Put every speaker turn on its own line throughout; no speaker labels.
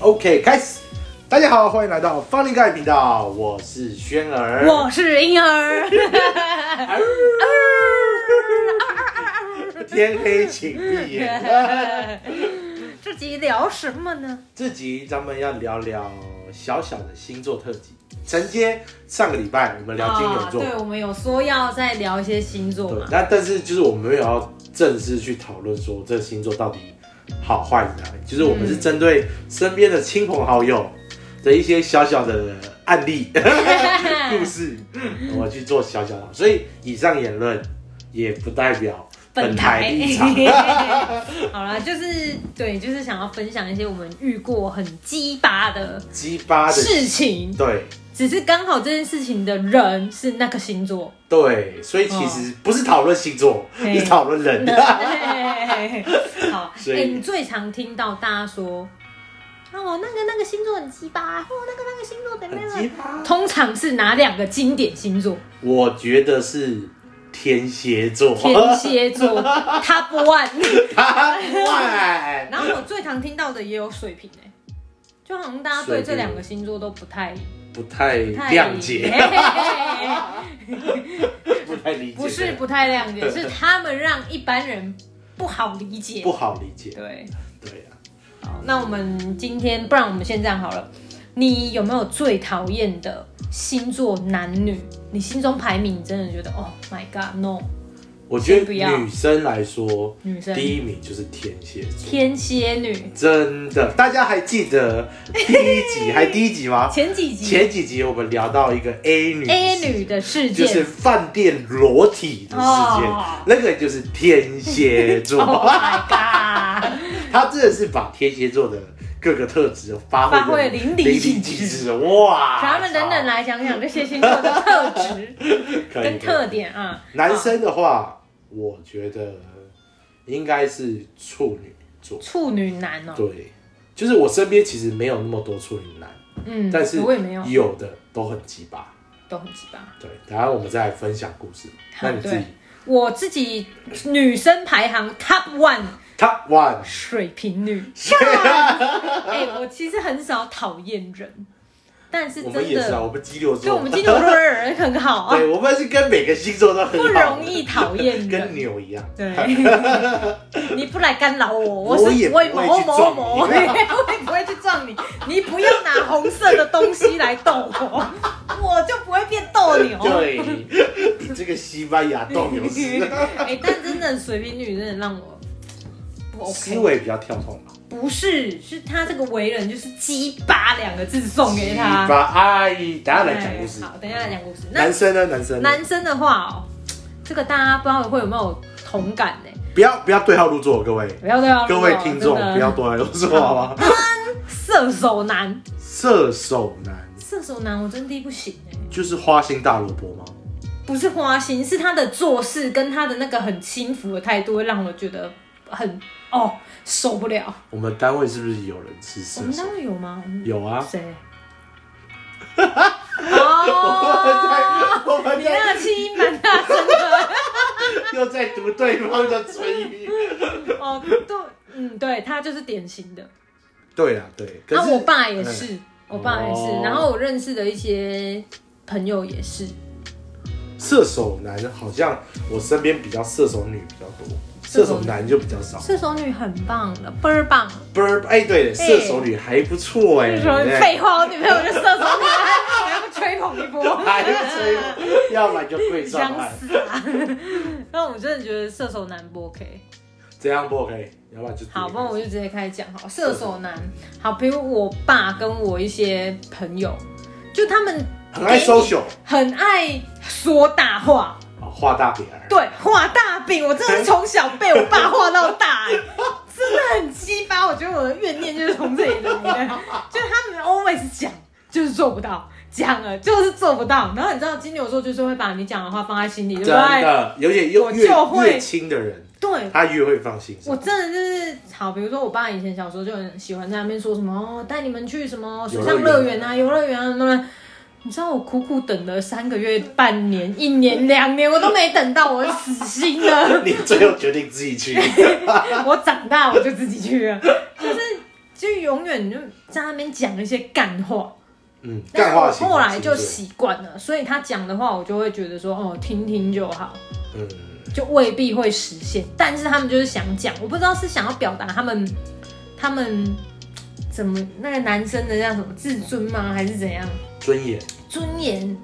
OK，开始。大家好，欢迎来到方林盖频道，我是轩儿。
我是婴儿，
啊天黑请闭眼。
这集聊什么呢？
这集咱们要聊聊小小的星座特辑，承接上个礼拜我们聊金牛座，
啊对，我们有说要再聊一些星座
对
嘛，，
那但是就是我们没有要正式去讨论说这星座到底好坏在哪里，就是我们
嗯
是针对身边的亲朋好友的一些小小的案例 故事，我去做小小的，所以以上言论也不代表本台立场。
好啦，就是对，就是想要分享一些我们遇过很鸡巴的
激发的
事情，
对
只是刚好这件事情的人是那个星座。
对，所以其实不是讨论星座，
哦嘿
是讨论人。
好，哎、
所以
你最常听到大家说，哦，那个那个星座很鸡巴，哦，那个那个星座怎么
很
样
激
啊？
发
通常是哪两个经典星座？
我觉得是天蝎座，
天蝎座 Top One。
他坏。
然后我最常听到的也有水瓶、哎，就好像大家对这两个星座都不太
不太
不太
谅解，
嘿嘿嘿嘿
不太理 解，
不是不太谅 解，是他们让一般人不好理解
不。好理解。
对。
对啊呀、
好，那我们今天，不然我们先这样好了。你有没有最讨厌的星座男女？你心中排名，你真的觉得哦、oh、，My God，No，
我觉
先
得
不要
女生来说，
女生
第一名就是天蝎座，
天蝎女，
真的，大家还记得第一 集还第一集吗？
前几集
前几集我们聊到一个 A 女
A 女的事
就
件，
是饭店裸体的事件
哦，
那个就是天蝎
Oh
座，
my God，
他真的是把天蝎座的各个特质发
发挥
挥
得
得
淋漓
尽
尽
致
致
哇！
咱们等等来讲讲这些星座的特质
可
跟
以可以
特点啊。
男生的话，我觉得应该是处女座。
处女男哦，
对，就是我身边其实没有那么多处女男，
嗯，
但是
我也没有，
有的都很鸡巴。
都很鸡巴。
对，等下我们再来分享故事。
好
那你自己
对我自己女生排行 Top One。
，Top One，
水瓶女。 哎、我其实很少讨厌人，但是
我
真
们也是啊，
的，
我们激流
对
座，
我们 金牛座的人很好啊
对，，我们是跟每个星座都很
不
好
容易，讨厌
跟
人。
牛一样。
对， 你不来干扰我，我是
我也不会去
某某
撞
某，我
你
也不会去撞你，你不要拿红色的东西来逗我， 我就不会变哦斗牛。
对，你这个西班牙斗牛士，
哎、但真的水瓶女真的让我不 OK。
思维比较跳动吧。
不是，是他这个为人就是“鸡巴”两个字送给他
鸡。巴哎，等下来讲故事
哎。好，等一下来讲故事。那
男生呢？男生呢
男生的话哦，这个大家不知道会有没有同感呢？
不要不要对号入座，各位
不要对啊，
各位听众
真的
不要对号入座，好吗？
射手男，
射手男
射手男我真的不行哎，
就是花心大萝卜吗？
不是花心，是他的做事跟他的那个很轻浮的态度，会让我觉得很哦受不了。
我们单位是不是有人是
我
射
们
手
单？位有吗？我们
有啊，
谁？
我
哦，
们在我们
你
在
那个气音蛮大声的。
又在读对方的唇语。
哦，对，嗯，对他就是典型的。
对啊，对，可
那、
是嗯
我爸也是，我爸也是、
哦
然后我认识的一些朋友也是，
射手男好像我身边比较射手女比较多，射
射手
手男就比较少。
射手女很棒的，倍儿棒。
不是，哎，对，射手女还不错哎
射手女，
对
废话，我女朋友就是射手女， 还还不吹捧一波，
还不吹，要么就跪 上
想
来，
死啊！ 那我真的觉得射手男不 OK。
这样不 OK，要不然就
好，不然我就直接开始讲好。射手男，好，比如我爸跟我一些朋友，就他们
很爱 social，
很爱说大话。
啊画大饼儿。
对，画大饼，我真的是从小被我爸画到大、欸，真的很激发。我觉得我的怨念就是从这里来的，就是他们 always 讲，就是做不到，讲了就是做不到。然后你知道金牛座就是会把你讲的话放在心里，对不
真
对？
的，有点又
我
越
就会
越亲的人，
对。
他越会放心
我
上。
真的就是好，比如说我爸以前小时候就很喜欢在那边说什么哦，带你们去什么水上乐园啊、游乐园啊什么的。你知道我苦苦等了三个月、半年、一年、两年，我都没等到，我死心了。
你最后决定自己去，
我长大我就自己去了，就是就永远就在那边讲一些干话。
嗯，
但
干话
是
型
我后来就
的星
习惯了，所以他讲的话我就会觉得说，哦，听听就好，
座嗯，
就未必会实现。但是他们就是想讲，我不知道是想要表达他们他们怎么那个男生的叫什么自尊吗，还是怎样
尊严
尊严？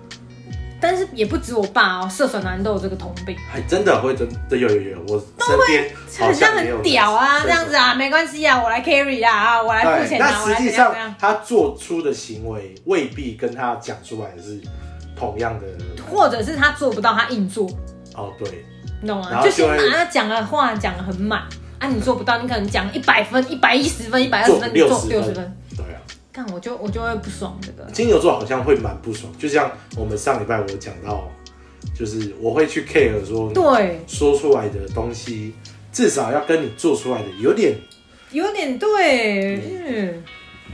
但是也不止我爸哦，射手男都有这个通病，
还哎真的会真的有有有，我身边好
很像
像也有
很屌啊，
射手
这样子啊，没关系啊，我来 carry 啊，啊，我来付
对，
钱啊，
那
我来
实
怎
际
样怎样
上，他做出的行为未必跟他讲出来的是同样的。
或者是他做不到，他硬做。
哦，对，
你懂吗？
然后
就是
就会
把他讲的话讲的很满啊，你做不到，你可能讲一百分、一百一十分、一百二十
做
分，你
六
做
十
六十
分
分，
对啊，
干我就我就会不爽这个。
金牛座好像会蛮不爽，就像我们上礼拜我有讲到，就是我会去 care 说
对，
说出来的东西，至少要跟你做出来的有点
有点对，嗯，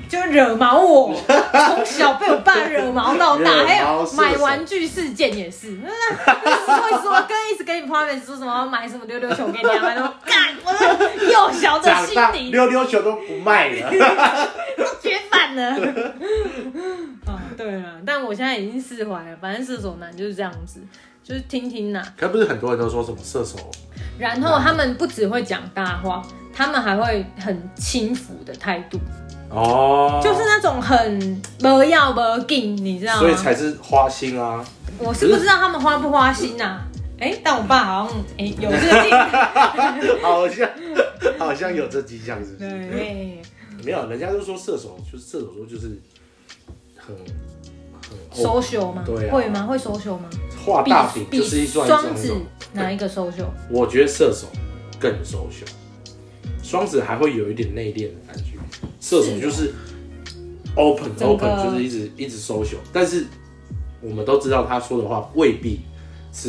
就惹毛我，从小被我爸惹毛到大，
惹
还
毛
有
是
买
什么
玩具事件也是，一直会说跟一直跟你 promise 说什么买什么溜溜球给你啊，买什么干，我的幼小的
长
心
大
灵
溜溜球都不卖 了。
绝版了。 啊，对了，但我现在已经释怀了，反正射手男就是这样子，就是听听呐、
可不是很多人都说什么射手
然后他们不只会讲大话，他们还会很轻浮的态度，
哦，
就是啊那种很不要不劲，你知道吗？
所以才是花心啊。
我是不知道他们花不花心呐、
嗯
哎、但我爸好像哎、有这 个劲，
好像好像有这迹象，是不是？
对，
没有，人家就说射手就是射手座就是很很
收手吗？
对啊
会吗？会收手吗？
画大饼，
比
就是一
比
算
双
一
子
种。
哪一个收手？
我觉得射手更收秀，双子还会有一点内敛的感觉，射手就是 open
整个
open 就是一直一直收秀，但是我们都知道他说的话未必是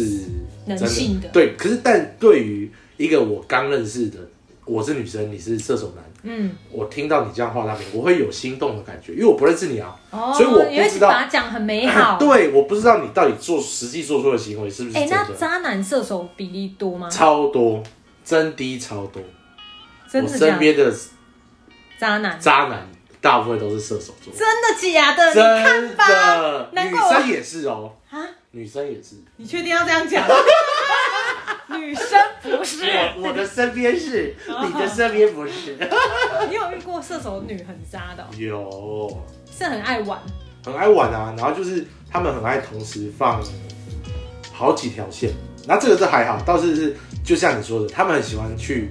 真
人性的
对。可是但对于一个我刚认识的，我是女生，你是射手男。
嗯，
我听到你这样画大饼，我会有心动的感觉，因为我不认识你啊，
哦，
所以我不
因为
知道
把它讲很美好，
对，我不知道你到底做实际做出的行为是不是
哎、
真
那
的，
渣男射手比例多吗？
超多，真的超多。
真
我
的假
身
的？
边的
渣男？
渣男大部分都是射手座，
真的假的？你
真
看吧，
的，
难
女
怪我
生也是哦，
啊，
女生也是。
你确定要这样讲？ 女生不是，
我我的身边是，
哦
你的身边不是。
你有遇过射手女很渣的哦、
有，
是很爱玩，
很爱玩啊，然后就是他们很爱同时放好几条线，那这个是还好，倒是是就像你说的，他们很喜欢去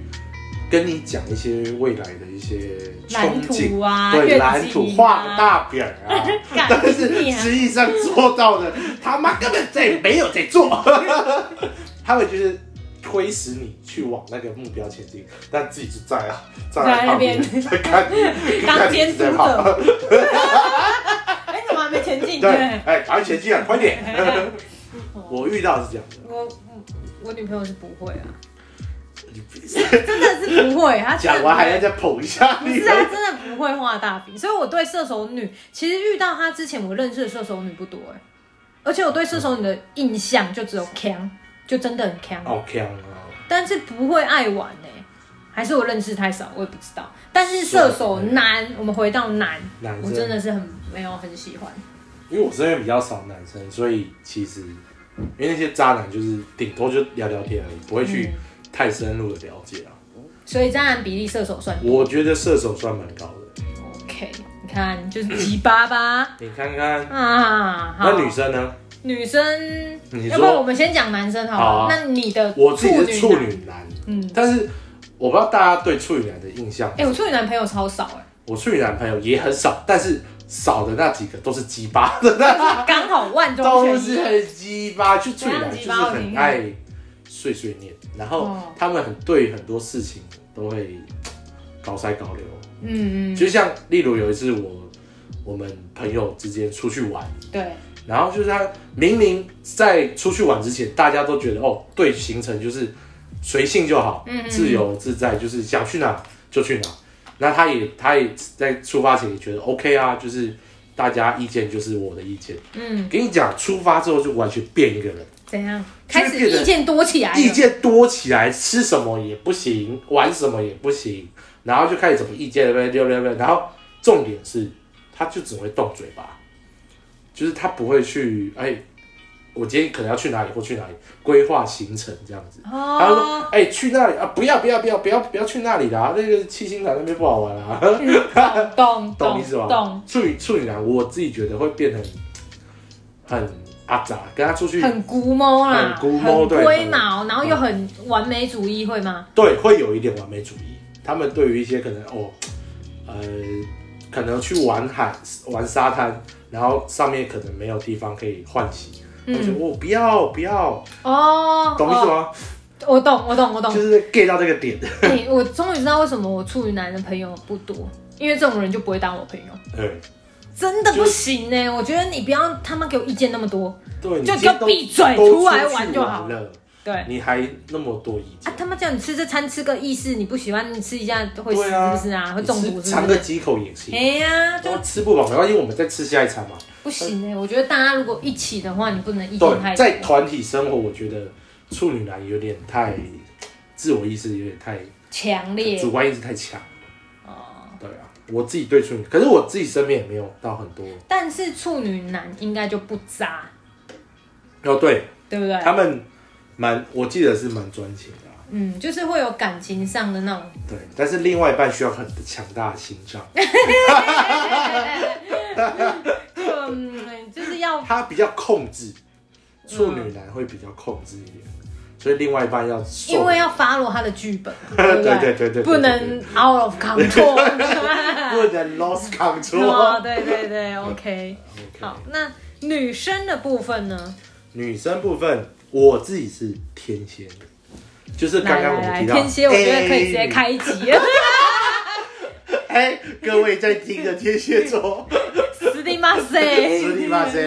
跟你讲一些未来的一些
蓝
憧
图
憬，
啊，
对，
愿
蓝
景
图
啊
画个，大饼 啊，
干
但
你
是
啊！
实际上做到的，他妈根本在没有在做， 他们就是推使你去往那个目标前进，但自己就在啊，站
在
在
那
旁边
边
在看你，
当
看你
监
一
督
直在跑
者， 哎，怎么还没前进？
对，
对，
哎，赶快前进啊，快点！我遇到的是这样的，
我我我女朋友是不会啊，真的是不会，她真的
讲
不会
完还要再捧一下
不
你
是，啊，真的不会画大饼，所以我对射手女，其实遇到她之前，我认识的射手女不多哎、而且我对射手女的印象就只有强，就真的很强，
好强啊！
但是不会爱玩哎、还是我认识太少，我也不知道。但是射手男，我们回到男，
男生
我真的是很没有很喜欢，
因为我身边比较少男生，所以其实因为那些渣男就是顶多就聊聊天而已，不会去太深入的了解啊。
所以渣男比例射手算
我觉得射手算蛮高的，
OK。你看，就是鸡巴 吧
你看看
啊，好
那女生呢？
女生，
你
要不然我
说
们先讲男生好了。
好啊
那你的
我自己是
处
处
男
女男，
嗯，
但是我不知道大家对处女男的印象
哎、。我处女男朋友超少哎、
我处女男朋友也很少，但是少的那几个都是鸡巴的那
刚好万中
都
选
是
一。
很鸡巴，就处
怎
女
样
男
鸡
就是
巴
很爱碎碎念，然后
哦
他们很对很多事情都会高塞高流，
嗯嗯，
就像例如有一次我我们朋友之间出去玩，
对，
然后就是他明明在出去玩之前，大家都觉得哦，对行程就是随性就好，
嗯嗯嗯
自由自在，就是想去哪就去哪。那他也他也在出发前也觉得 OK 啊，就是大家意见就是我的意见。
嗯，
跟你讲，出发之后就完全变一个人，
怎样？
就
开
是
始
变得
意见多起来了。
意见多起来，吃什么也不行，玩什么也不行，然后就开始怎么意见了呗，溜溜溜，然后重点是，他就只会动嘴巴，就是他不会去哎、我今天可能要去哪里或去哪里规划行程这样子。他就说
哦，：“
哎、去那里啊！不要不要不要不要不要去那里啦！那个七星潭那边不好玩啊。
懂”
懂
懂
意思吧？
懂，
处女处女男，我自己觉得会变得很很阿杂，跟他出去
很估摸啦，
很估摸对
龟毛，然后又很完美主义，会吗？
对，会有一点完美主义。他们对于一些可能哦，呃，可能去玩海、玩沙滩，然后上面可能没有地方可以换洗，他们就我、不要不要，
哦，
懂意思吗？
嗯哦？我懂，我懂，我懂
就。是 get 到这个点。
哎，我终于知道为什么我处女男的朋友不多，因为这种人就不会当我朋友，
对，
真的不行呢。我觉得你不要他妈给我意见那么多，
对，你
就
今天
给我
都
闭嘴
都
出来
去
玩就好
了，
对。
你还那么多意见
啊，，他妈叫你吃这餐吃个意式，你不喜欢你吃一下会死
对
是
啊，
不是啊？会
你
中
吃
毒是
尝
不
个
是？
几口也行
哎。呀，就
然后吃不饱没关系，我们再吃下一餐嘛。
不行哎、我觉得大家如果一起的话，你不能意见太多
对，在团体生活，我觉得处女男有点太自我意识有点太
强烈
主观意识太强。
哦。
对啊，我自己对处女，可是我自己身边也没有到很多。
但是处女男应该就不渣，
哦，对
对不对？
他们蛮，我记得是蛮专情的啊、
嗯，就是会有感情上的那种。
对，但是另外一半需要很强大的心 脏，
就嗯，就是要
他比较控制，处女男会比较控制一点，所以另外一半要受
因为要 follow 他的剧本， 不
对对对对对
不能 out of control。
不能 lost
哦，
control。
对对对，OK。
OK，
好，那女生的部分呢？
女生部分，我自己是天蝎，就是刚刚我们
来来来，
提到
天蝎，我觉得可以直接。开一集，
哎，哎各位在听的天蝎座。
斯蒂马塞，
斯蒂马塞，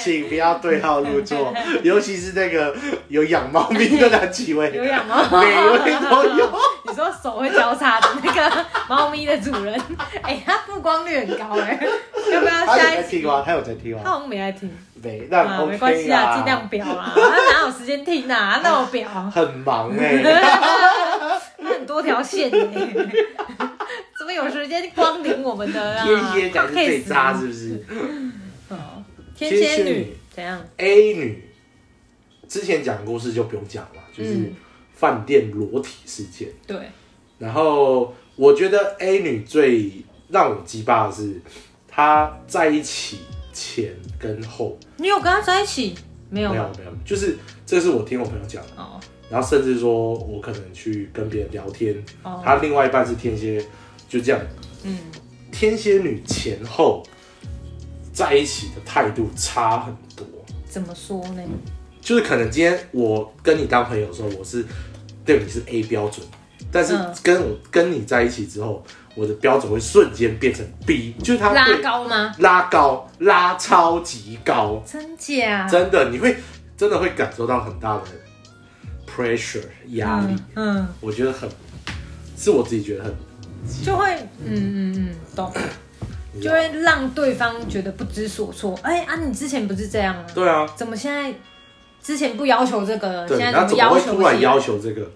请不要对号入 座，尤其是那个有养猫咪的那几位，
有养猫，
每位都 有。
你说手会交叉的那个猫咪的主人， 哎、他曝光率很高哎、要不要
他有
下
在
一集
听？吗？他有在听
他
吗？
好像没来听
没，那
啊，没关
OK
系啊，尽量表啦，他哪有时间听啊？那我表，
很忙 哎，
他很多条线哎、 怎么有时间光临我们的啊？
天蝎才是最
Podcast
渣，是不是
哦天蝎
天蝎
女
女
怎样？
？A 女之前讲的故事就不用讲了，就是
嗯
饭店裸体事件。
对，
然后我觉得 A 女最让我激巴的是，她在一起前跟后
你有跟他在一起没有
没
吧？
有没有，就是这是我听我朋友讲的。
哦
然后甚至说我可能去跟别人聊天，
哦，
他另外一半是天蝎，就这样，
嗯，
天蝎女前后在一起的态度差很多，
怎么说呢？
就是可能今天我跟你当朋友的时候，我是对你是 A 标准，但是
嗯
跟我跟你在一起之后，我的标准会瞬间变成 B，就是他
拉
会
高吗？
拉高，拉超级高，
真假？
真的你会真的会感受到很大的 pressure 压力。
嗯嗯，
我觉得很，是我自己觉得很，
就会嗯嗯嗯，懂，
你知
就
道吗
会让对方觉得不知所措。哎、啊，你之前不是这样吗？
对啊，
怎么现在之前不要求这个了，
对，
现在
然后
怎
怎
么
么
要
会
求
突然
起
要求这个？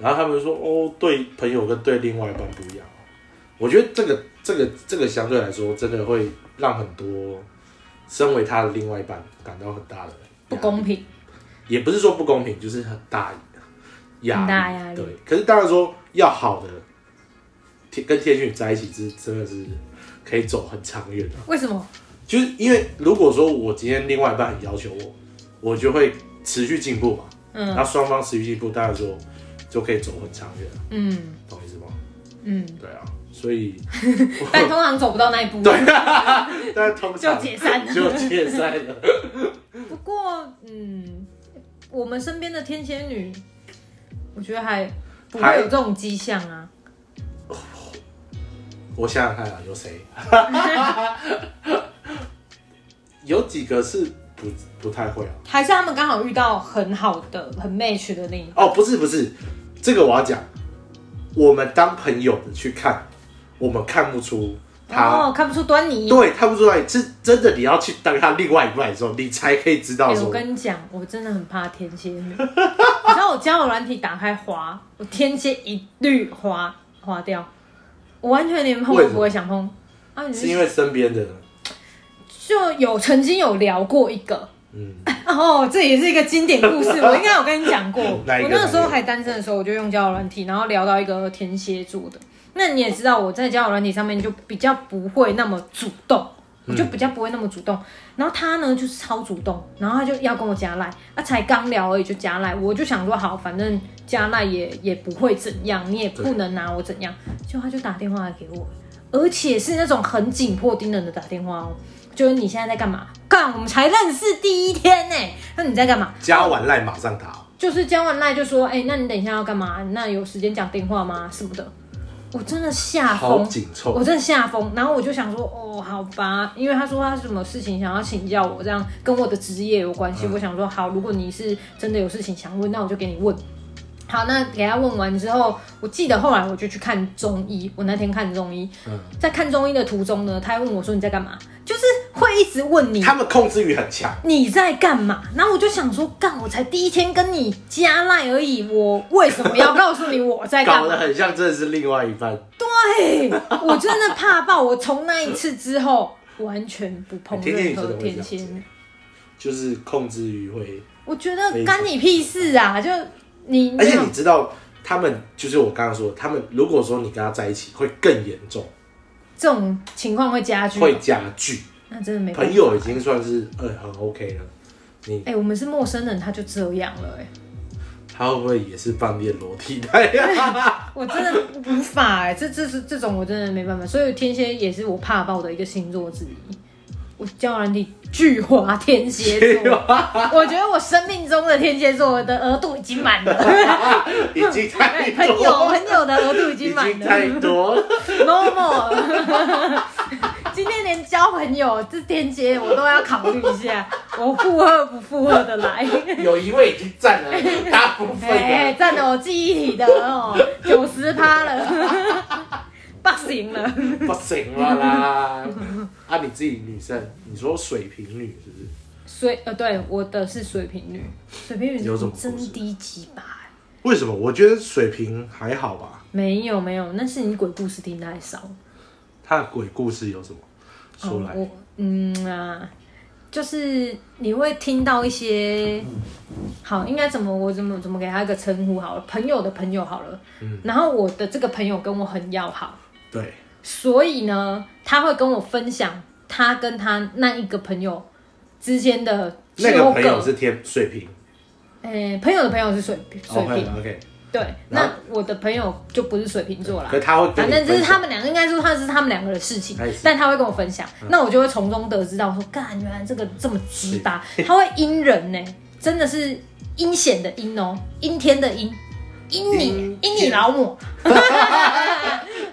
然后他们就说哦，对朋友跟对另外一半不一样。我觉得这个这个这个相对来说，真的会让很多身为他的另外一半感到很大的压力
不，公平？
也不是说不公平，就是很大啊压力，
很大压力
对，可是当然说要好的，天跟天蝎女在一起是真的是可以走很长远的。啊
为什么？
就是因为如果说我今天另外一半很要求我，我就会持续进步嘛。
嗯
那双方持续进步，当然说就可以走很长远，
嗯
懂意思吗？
嗯，
对啊，所以
但通常走不到那一步，
对，但 通
就
常
解散了。
就解散了。
不过，嗯，我们身边的天蝎女，我觉得还不会
还
有这种迹象啊。
我想想看啊，有谁？ 有几个是不不太会啊？
还是他们刚好遇到很好的、很 match 的另一
哦，不是不是，这个我要讲，我们当朋友的去看，我们看不出他。
哦，看不出端倪。
对，看不出来，是真的。你要去当他另外一半的时候，你才可以知道
哎、
说
我，跟你讲，我真的很怕天蝎女。你知道我交友软体打开滑，我天蝎一律滑滑掉，我完全连碰
为
都
什么
不会想碰啊！你
是因为身边的，
就有曾经有聊过一个，
嗯，
哦，这也是一个经典 故事，我应该有跟你讲过。我
哪一个
那个时
哪
候
一个
还单身的时候，我就用交友软体，然后聊到一个天蝎座的。
嗯
那你也知道，我在交友软体上面就比较不会那么主动，
嗯
我就比较不会那么主动。然后他呢，就是超主动，然后他就要跟我加赖，啊，才刚聊而已就加赖，我就想说好，反正加赖也也不会怎样，你也不能拿我怎样。就他就打电话来给我，而且是那种很紧迫盯人的打电话哦。就是你现在在干嘛？干，我们才认识第一天呢、那你在干嘛？
加完赖马上打，
就是交完赖就说，哎、那你等一下要干嘛？那有时间讲电话吗？什么的，我真的吓
好
疯，
紧凑
我，真的吓疯。然后我就想说，哦，好吧，因为他说他什么事情想要请教我，这样跟我的职业有关系。
嗯
我想说，好，如果你是真的有事情想问，那我就给你问。好，那给他问完之后，我记得后来我就去看中医。我那天看中医，
嗯，
在看中医的途中呢，他还问我说你在干嘛，就是会一直问你
他们控制欲很强，
你在干嘛？然后我就想说，干，我才第一天跟你加赖而已，我为什么要告诉你我在干
搞
嘛
得？很像真的是另外一半。
对，我真的怕爆。我从那一次之后，完全不碰
天蝎
任
女真
何
的会这
天
样
蝎
子
女。，
就是控制欲会，
我觉得干你屁事啊！就你，
哎而且
没有
你知道，他们就是我刚刚说的，他们如果说你跟他在一起，会更严重，
这种情况会加剧，
会加剧。
那真的没办
朋
法。
友已经算是呃很 OK 了，你
哎、我们是陌生人，他就这样了、哎。
他会不会也是半夜裸体啊的 呀？
我真的无法哎、这这是这种我真的没办法，所以天蝎也是我怕爆的一个星座之一。我教软体巨滑天蝎座，我觉得我生命中的天蝎座的额度已经满 了，
已经太
哎朋友
多，
朋友的额度已
已
经满
经
了
太多了。
，no more。今 天连交朋友这天蝎我都要考虑一下，我负荷不负荷的 来。
有一位已经占 了大部分
哎、
了。
占了我记忆体的哦，九十趴了， 不行了。
不行了啦！啊，你自己女生，你说水瓶女是不是？
水呃，对，我的是水瓶女，水瓶女
有什么故事
真低级吧？
为什么？我觉得水瓶还好吧，
没有没有，那是你鬼故事听太少。
她的鬼故事有什么？说来，
哦我嗯啊，就是你会听到一些，好，应该怎么我怎么怎么给他一个称呼好了，朋友的朋友好了。
嗯
然后我的这个朋友跟我很要好，
对，
所以呢，他会跟我分享他跟他那一个朋友之间的纠
那
葛。
个朋友是哦天水瓶
诶、朋友的朋友是水水瓶。
o k
对，
然后
那我的朋友就不是水瓶座啦
可。是他会跟
反
你
正这是
分
他
享，
们两个，应该说他是他们两个的事情
他也是，
但他会跟我分享，
嗯
那我就会从中得知到说，干，原来这个这么直达，他会阴人呢、真的是阴险的阴哦、阴天的阴，阴你
阴
阴你老母，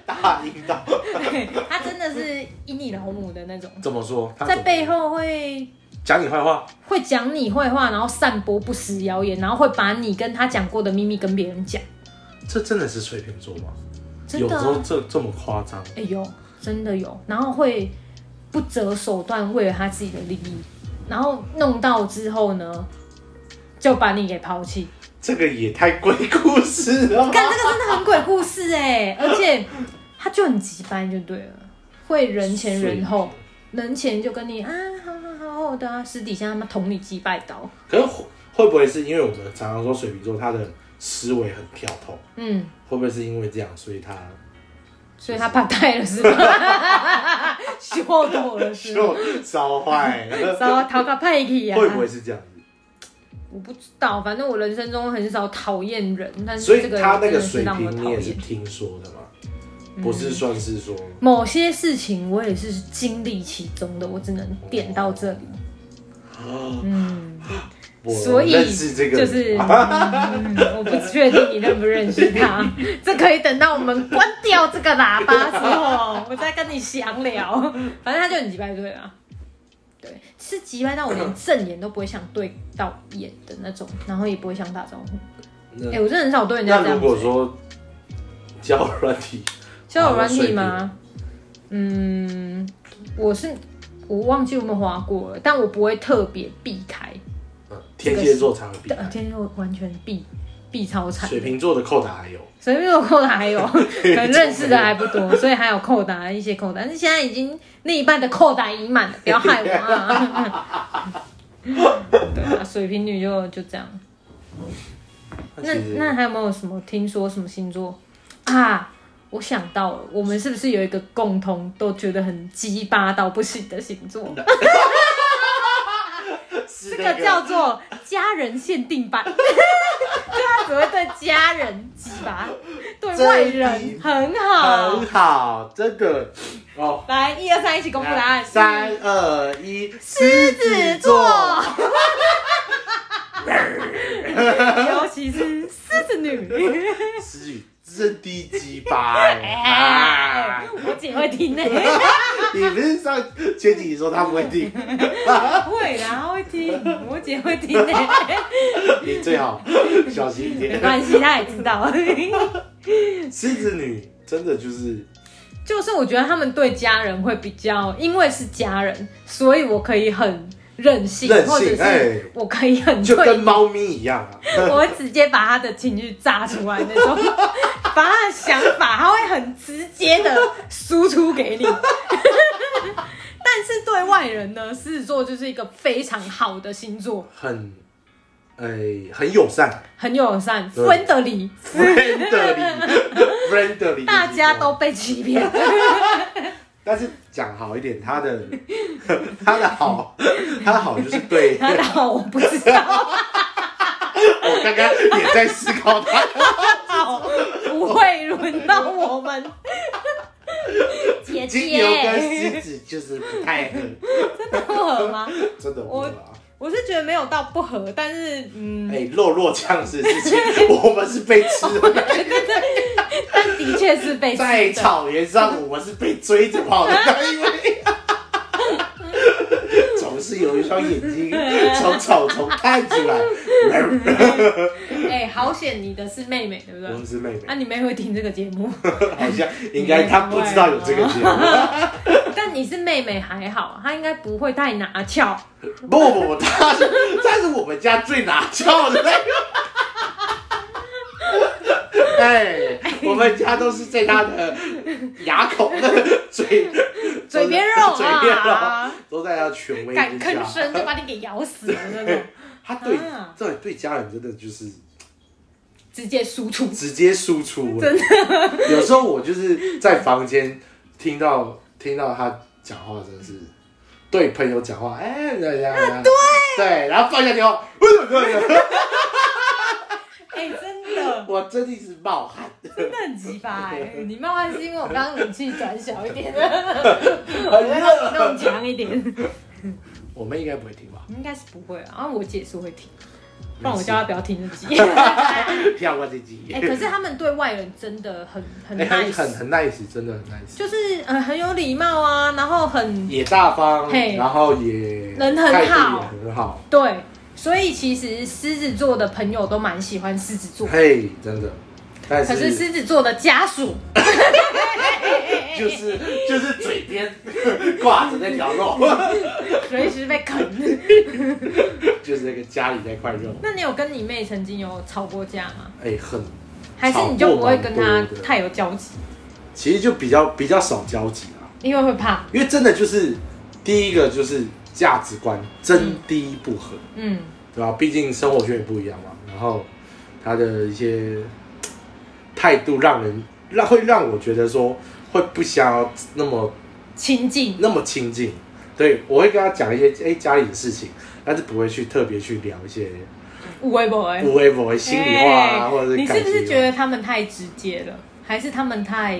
大阴道
他真的是阴你老母的那种，
怎么说？他
在
怎么
背后会
讲你坏话，
会讲你坏话，然后散播不实谣言，然后会把你跟他讲过的秘密跟别人讲，
这真的是水瓶座吗？
真
有
的
时
啊、
候这这么夸张，
哎、有，真的有，然后会不择手段为了他自己的利益，然后弄到之后呢，就把你给抛弃。
这个也太鬼故事了吧。
干这个真的很鬼故事哎、而且他就很急掰就对了，会人前人后，人前就跟你啊好好好好的啊，私底下他妈捅你几百刀。
可是会会不会是因为我们常常说水瓶座他的思维很跳脱，
嗯，
会不会是因为这样，所以他
所以他怕带了是吧？ 秀到了是吧？
就烧坏 了？
糟头壳派去啊！
会不会是这样子？
我不知道，反正我人生中很少讨厌人，但是
所以
这个
他那
真
个
的是
水
让我
瓶你
讨
也是
厌。嗯
听说的嘛，不是算是说
某些事情我也是经历其中的，我只能点到这里。嗯，
哦我
所以
认识这
就
个人
是、嗯我不确定你认不认识他， 这可以等到我们关掉这个喇叭之后，我再跟你详聊。反正他就很急败对啊，对，是急败到我 连正眼都不会想对到眼的那种，然后也不会想打招呼。哎、
那
我真的很少对人家这
那
样
如
子、
果说交友软体，
交友软体吗？嗯，我是我忘记有没有滑过了，但我不会特别避开，
嗯天蝎座才会避
但呃
开，
天蝎座完全避必超惨。
水瓶座的扣打还有，
所以没有扣打还 有，可能认识的还不多，所以还有扣打一些扣打，但是现在已经另一半的扣打已满了，不要害我啊！ 对啊，水瓶女就就这样。那
其实
那还有没有什么听说什么星座啊？我想到了，我们是不是有一个共同都觉得很鸡巴到不行的星座？
是
这个叫做家人限定版，就他只会对家人鸡巴，对外人很好
很。好，这个哦，
来，一二三，一起公布答案。
三二一，
狮
狮
子座，尤其是狮子女。
狮子真低级 吧？啊
哎，我姐会听呢、
你不是上前几集说他不会听，
会啦，她会听，我姐会听呢、
你最好小心一
没
点。
关系，她也知道。
狮子女真的就是
就是我觉得他们对家人会比较，因为是家人，所以我可以很任性，
任性
或者
哎
是我可以很
就
退
跟猫咪一样啊，
我会直接把他的情绪炸出来那种， 把他的想法，他会很直接的输出给你。 但是对外人呢，狮子座就是一个非常好的星座，
很哎、很友善
很友善，
对
分得离，
，friendly，friendly，
大家都被欺骗，
但是讲好一点，他的 他的好，他的好就是对
他好我不知道，
我刚刚也在思考他，
好不会轮到我们。姐
金牛跟
姐，
狮子就是不太合，
真的不合吗？
真的不合啊。
我是觉得没有到不合，但是嗯，
哎，肉弱呛死事情，我们是被吃的，
但的确是被吃
在
的。
草原上我们是被追着跑的，但因为 总是有一双眼睛从草丛看出来，
哎、好险你的是妹妹，对不
我们
对？
是妹
啊，
妹，
你妹会听这个节 目，
好像应该她不知道有这个节目。
但你是妹妹还好，啊她应该不会太拿翘。
不不不，他是他是我们家最拿翘的那个。 哎，我们家都是在他的牙口、嘴、
嘴边肉啊
嘴边肉都在他权威
敢
之
吭
下。
声就把你给咬死了那 种，
他对
啊
对对家人真的就是
直接输出。
直接输出，真的。有时候我就是在房间听到听到他讲话，真的是对朋友讲话，哎，对对
啊
对，对，然后放下电话，
哎、真的，
我真的是冒汗。
真的很鸡巴哎！你冒汗是因为我刚刚冷气转小一点，
哎很
我
热。
弄强一点，
我妹应该不会听吧？
应该是不会啊。啊，我姐是会听，不然我叫她不要听自 己。
跳过这集。
哎、可是他们对外人真的很很
哎
nice，、
很很很 nice，真的很 nice，
就是呃很有礼貌啊，然后很
也大方，
嘿
然后也
人很好
态度也很好。
对，所以其实狮子座的朋友都蛮喜欢狮子座，
嘿，真的。但
可是
是
狮子座的家 属哎
就是就是嘴边 挂着那条肉，
随时被啃。
就是那个家里那块肉。
那你有跟你妹曾经有吵过架吗？
哎，很，
还是你就不会跟她
吵过蛮多的
太有交集，
其实就比较比较少交集啦，
因为会怕？
因为真的就是第一个就是价值观真
嗯
低不合。
嗯，
对吧、毕竟生活圈也不一样嘛，然后他的一些态度让人让会让我觉得说会不想要那么
亲近，
那么亲近。对我会跟他讲一些哎、家里的事情，但是不会去特别去聊一些
无微不微。
无微不微心里话啊，
哎
或者是
你
感
是不
情
是觉得他们太直接了，还是他们太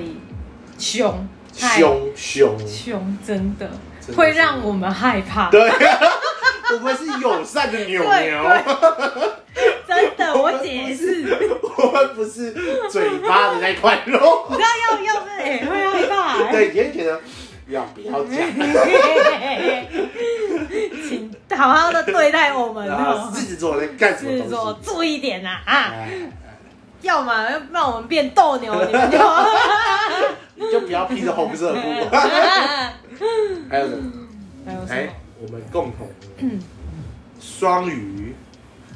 凶？太
凶凶？
凶，真的
真的
会
是
让我们害怕。
对，我们是友 善的牛啊牛，
真的，我
们
姐
不
也是。
我们不是嘴巴的那块肉。
不要要要是哎、会害怕、欸。
对，你会觉得要不要 讲？啊
请好好的对待我们
然后
哦、
狮子座在干什
狮
么
子座
东西？
注意点呐啊！
哎
要么让我们变斗牛，你 们就。
哎你就不要披着红色的布。还有什么？哎
还有什么？
哎，我们共同双鱼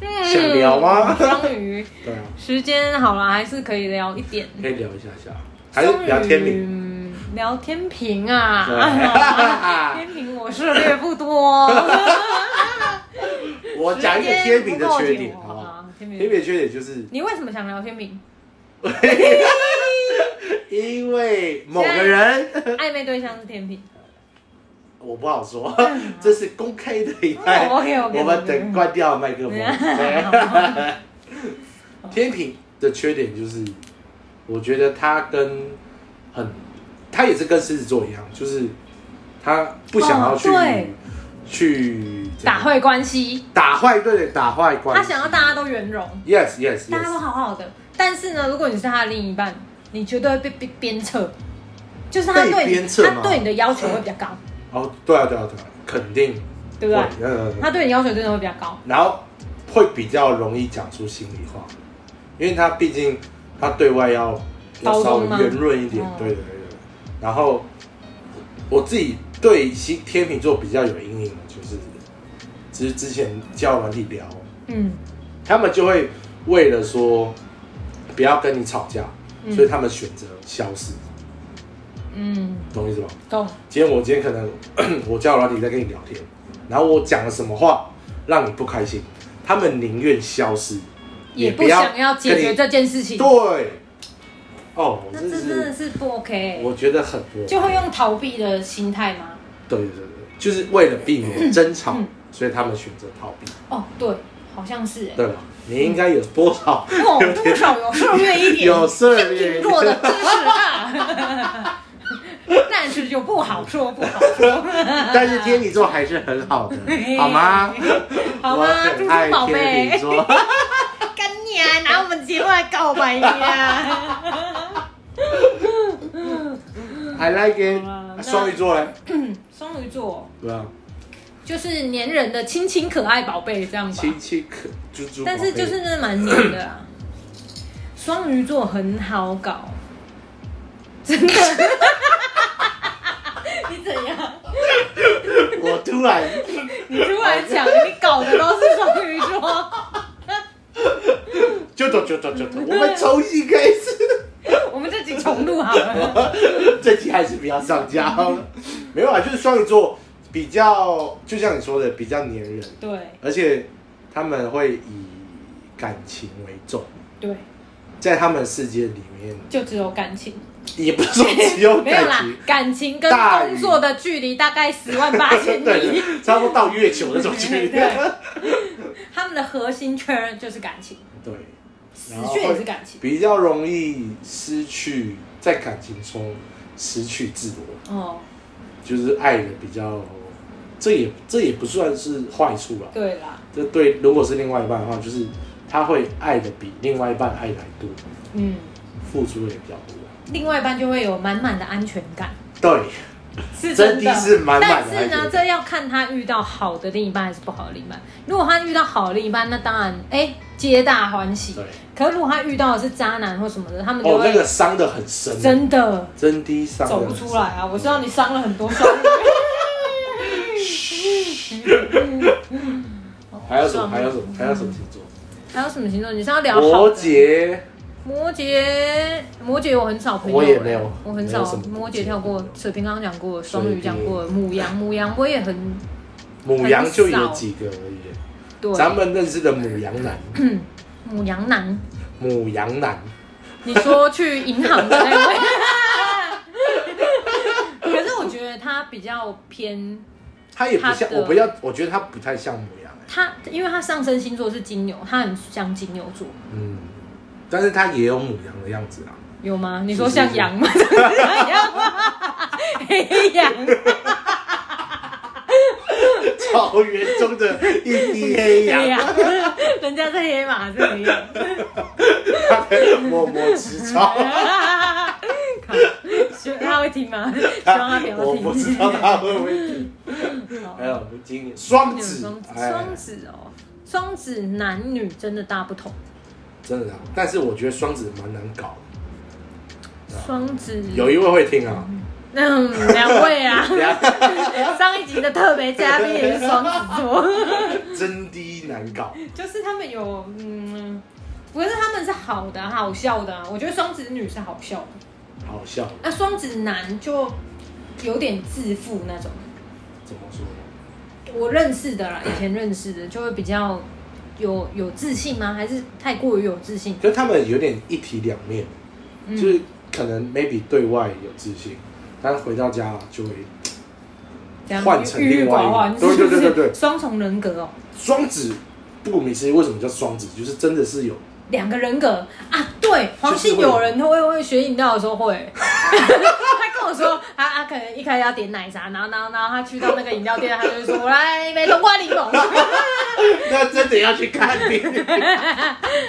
嗯
想聊吗
双鱼
对啊，
时间好了，还是可以聊一点。
可以聊一下下，还是聊天名。
平，聊天平
对
啊， 天平我涉猎不多。
我 讲一个天平的缺点，好不好？
啊，天
天平
平，
的缺点 就是
你为什么想聊天平？
因为某个人，
暧昧对象是天平，
我不好说，这是公开的一派。
嗯，OK，OK，OK
我们等关掉麦克风。对天平的缺点就是，我觉得他跟很，他也是跟狮子座一样，就是他不想要去、
哦对
去 怎
打
样
坏关系，
打坏，对对，打坏关系。
他想要大家都圆融，
Yes, yes,
大家都
yes。
好好的。但是呢，如果你是他的另一半，你绝对会被被鞭策，就是他
被
对你
鞭策吗
他对你的要求会比较高，
哦，对啊，对啊，对啊，肯定。
对不对？
嗯。
他对你要求真的会比较高。
然后会比较容易讲出心里话，因为他毕竟他对外要要
包
稍
装
微
吗
圆润一点
哦，
对对对对。然后我自己对其天秤座比较有阴影的就是，只是之前教软体聊，
嗯，
他们就会为了说不要跟你吵架，
嗯
所以他们选择消失，
嗯，
懂我意思吗？
懂。
今天我今天可能 我叫软体在跟你聊天，然后我讲了什么话让你不开心，他们宁愿消失，
也不
要
想要解决这件事情。
跟你。对，哦，我
那
真
这
的
真的
是
是不 OK，欸
我觉得很多，
就会用逃避的心态吗？
对对对对，就是为了避免争吵
嗯，
所以他们选择逃避，
哦，对，好像是欸。
对吧？你应该有多少
哦，多少有涉略一点，
有涉猎
天秤座的知识啊， 但是就不好说，不好说。
但是天秤座还是很好的，好吗？
哎好
我
吗，猪
很
猪
爱
宝
天秤
贝，
座。
干你啊，拿我们节目来告白你 啊！
I like
好啦
it。
那
双鱼座嘞，
双鱼座
对啊，
就是粘人的亲亲可爱宝贝这样吧。
亲戚可猪猪宝贝，
但是就是真的蛮黏的啊。双鱼座很好搞，真的。 你怎样？
我突然
你突然讲，你搞的都是双鱼座，
就走就走就走，我们重新开始。
我们这集重录好了。
这期还是不要上架好了。没有啊，就是双鱼座比较，就像你说的，比较黏人，
对
而且他们会以感情为重，
对，
在他们世界里面，
就只有感情，
也不是说只有
没有
感
啦
情，，
感情跟
大于
工作的距离大概十万八千里，
对，差不多到月球那种距离。
对他们的核心圈就是感情，
对，
死
然后
穴也
会
是感情。
比较容易失去在感情中失去自我，
哦，
就是爱的比较，这也这也不算是坏处啦。
对啦，
这对如果是另外一半的话，就是他会爱的比另外一半爱来多，
嗯，
付出的也比较多。
另外一半就会有满满的安全感。
对，
是
真
真
的
的
是满满的
但是
安全
呢，
感
这要看他遇到好的另一半还是不好的另一半。如果他遇到好的另一半，那当然哎、皆大欢喜
对。
可如果他遇到的是渣男或什么的，他们就
哦，
会、
那个伤的很深，啊
真的
真的伤得
走
很
不
深
出来。啊！我知道你伤了很多双鱼， 嗯
还有什么？
伤
还有什么？还有什么星
嗯
座？
哦还有什么星座？你是要聊好
摩
的？
羯，
摩羯，摩羯，我很少朋友，欸
我也没有
我很
没有
少
什么
摩羯跳过，水瓶刚刚讲过，双
水
鱼
瓶
讲过，母羊，母羊我也很
母羊就有几个而已。
对，
咱们认识的母羊男，
嗯母羊男，
母羊男，
你说去银行的那 位。可是我觉得他比较偏
他也不像
他的
我，不要，我觉得他不太像母羊、欸，
他，因为他上升星座是金牛，他很像金牛座，
嗯，但是他也有母羊的样子啊。
有吗？你说像羊吗？ 像羊吗？ 黑羊，
草原中的一匹黑
黑
羊，
羊， 人家是黑马，是黑羊。
他在默默吃草。
靠希望他会听吗？希望他不要
啊我
听。
不知道他会不会听。
好
还有今年
金
双
牛
子
双子，，
哎
双子哦，双子男女真的大不同。
真的啊，但是我觉得双子蛮难搞的。
双子
有一位会听啊，
嗯，两位 啊，上一集的特别嘉宾也是双子座，
真的难搞。
就是他们有嗯，不是他们是好的啊、好笑的啊、我觉得双子女是好笑的，
好笑，
那双子男就有点自负那种。
怎么说？
我认识的啦，以前认识的就会比较有有自信吗？还是太过于有自信？
就他们有点一体两面，
嗯
就是可能 maybe 对外有自信，但是回到家就会
这样
换成
郁郁
另外一
寡欢，
对对对对对
双重人格哦，
双子。不顾名思义，为什么叫双子？就是真的是有
两个人格啊，对，黄信
就是会
友人他会会学饮料的时候会。他跟我说，他他可能一开始要点奶茶，然后然后然后他去到那个饮料店，他就会说，我来一杯冬瓜柠檬。
那真的要去看病，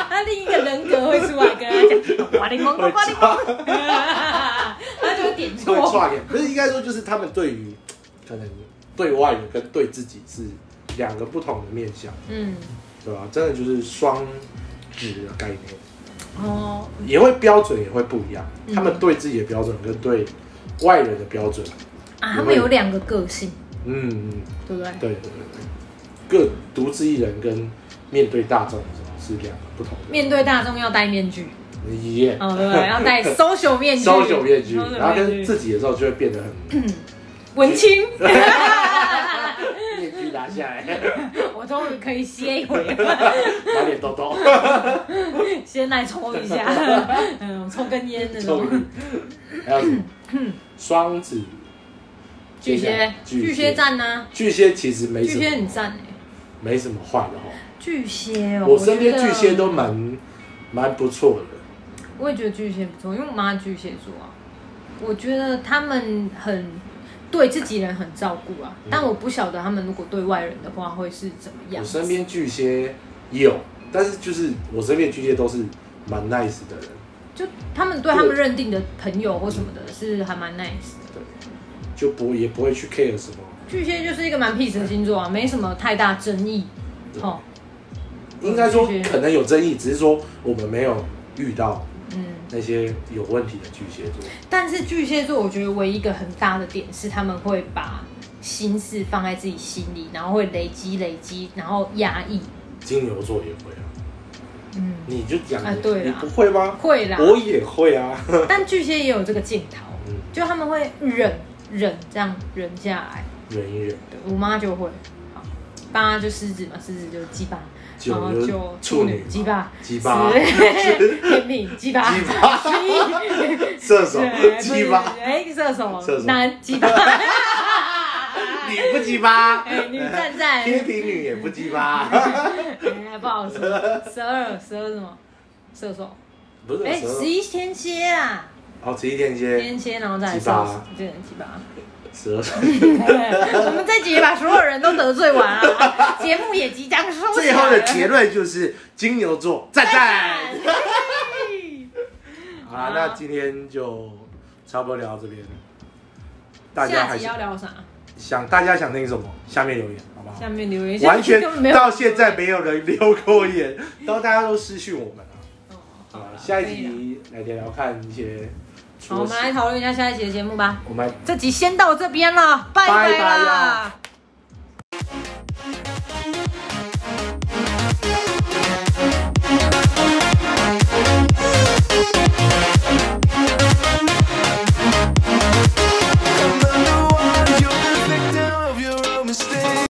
他另一个人格会出来跟他讲，冬瓜柠檬，冬
会
瓜柠
抓
檬，他就会点
会
错。
抓眼。不是应该说，就是他们对于可能对外的跟对自己是两个不同的面向，
嗯，
对吧？真的就是双子的概念，
哦，
也会标准也会不一样。
嗯
他们对自己的标准跟对外人的标准，
啊，他们有两个个性，
嗯，嗯
对不对？
对对对对，各独自一人跟面对大众的时候是两个不同的
面对大众要戴面 具，
一页
哦，对不对？要 戴 social 面具
收酒面具，
social
然后跟
面具
自己的时候就会变得 很
文 青，
面具拿下来，
我终于可以歇一会儿，
满脸痘痘。
先来抽一 下，嗯，抽根烟那
臭
种。
鱼， 还有什么？双子、
巨蟹，巨
巨
蟹
蟹
赞呢？
巨蟹其实没
巨
什
蟹很
么，
赞哎，
没什么坏的哈。
巨蟹哦，
我身边
觉得
巨蟹，都蛮蛮不错的，
我也觉得巨蟹不错，因为我妈巨蟹座啊，我觉得他们很对自己人很照顾啊，但我不晓得他们如果对外人的话会是怎么样
嗯我
子。
身边巨蟹有，但是就是我身边巨蟹都是蛮 nice 的人，
就他们对他们认定的朋友或什么的，是还蛮 nice 的。
对，就不也不会去 care 什么。
巨蟹就是一个蛮 peace 的星座啊，没什么太大争议。
对
哦，
应该说
巨蟹
可能有争议，只是说我们没有遇到
嗯，
那些有问题的巨蟹座。
但是巨蟹座我觉得唯一一个很大的点是，他们会把心事放在自己心里，然后会累积累积，然后压抑。
金牛座也会啊，
嗯，
你就讲
啊
你
对
你
啦
不会吗？
会啦。
我也会啊。
但巨蟹也有这个镜头，
嗯
就他们会忍忍这样忍下来。
忍一 忍，
对我妈就会，好八就狮子嘛，狮子就鸡巴，
九
然后
就
就
处女嘛
鸡巴，
鸡巴
十 天平鸡巴，
鸡巴
十一
射手
对不是
鸡巴，
哎，射手
射手
男 鸡巴，
你不鸡巴，
哎，女战战，
天平女也不鸡巴，
哎，不好说，十二十二是什么？射手，
不是
哎，
蛇
十一天蝎啊，
哦，十一天蝎，
天蝎，然后再来
鸡
射
巴
手，对，鸡巴。
蛇，
对我们这集也把所有人都得罪完了，节目也即将收起
最后的结论就是金牛座赞赞。 好啦，那今天就差不多聊到这边，大家
下
还
集
是
要聊啥？
想大家想听什么，下面留言好不好
下？面留言，
完全
根本没有嗯
到现在没有人留过言，然后大家都私讯我们了。啊
哦好
好
啦
下一
可以啦
集来聊聊看一些
好，
出
我
席
们来讨论一下下一集的节目吧。
我们来
这集先到这边了，拜
拜拜
啦
啦！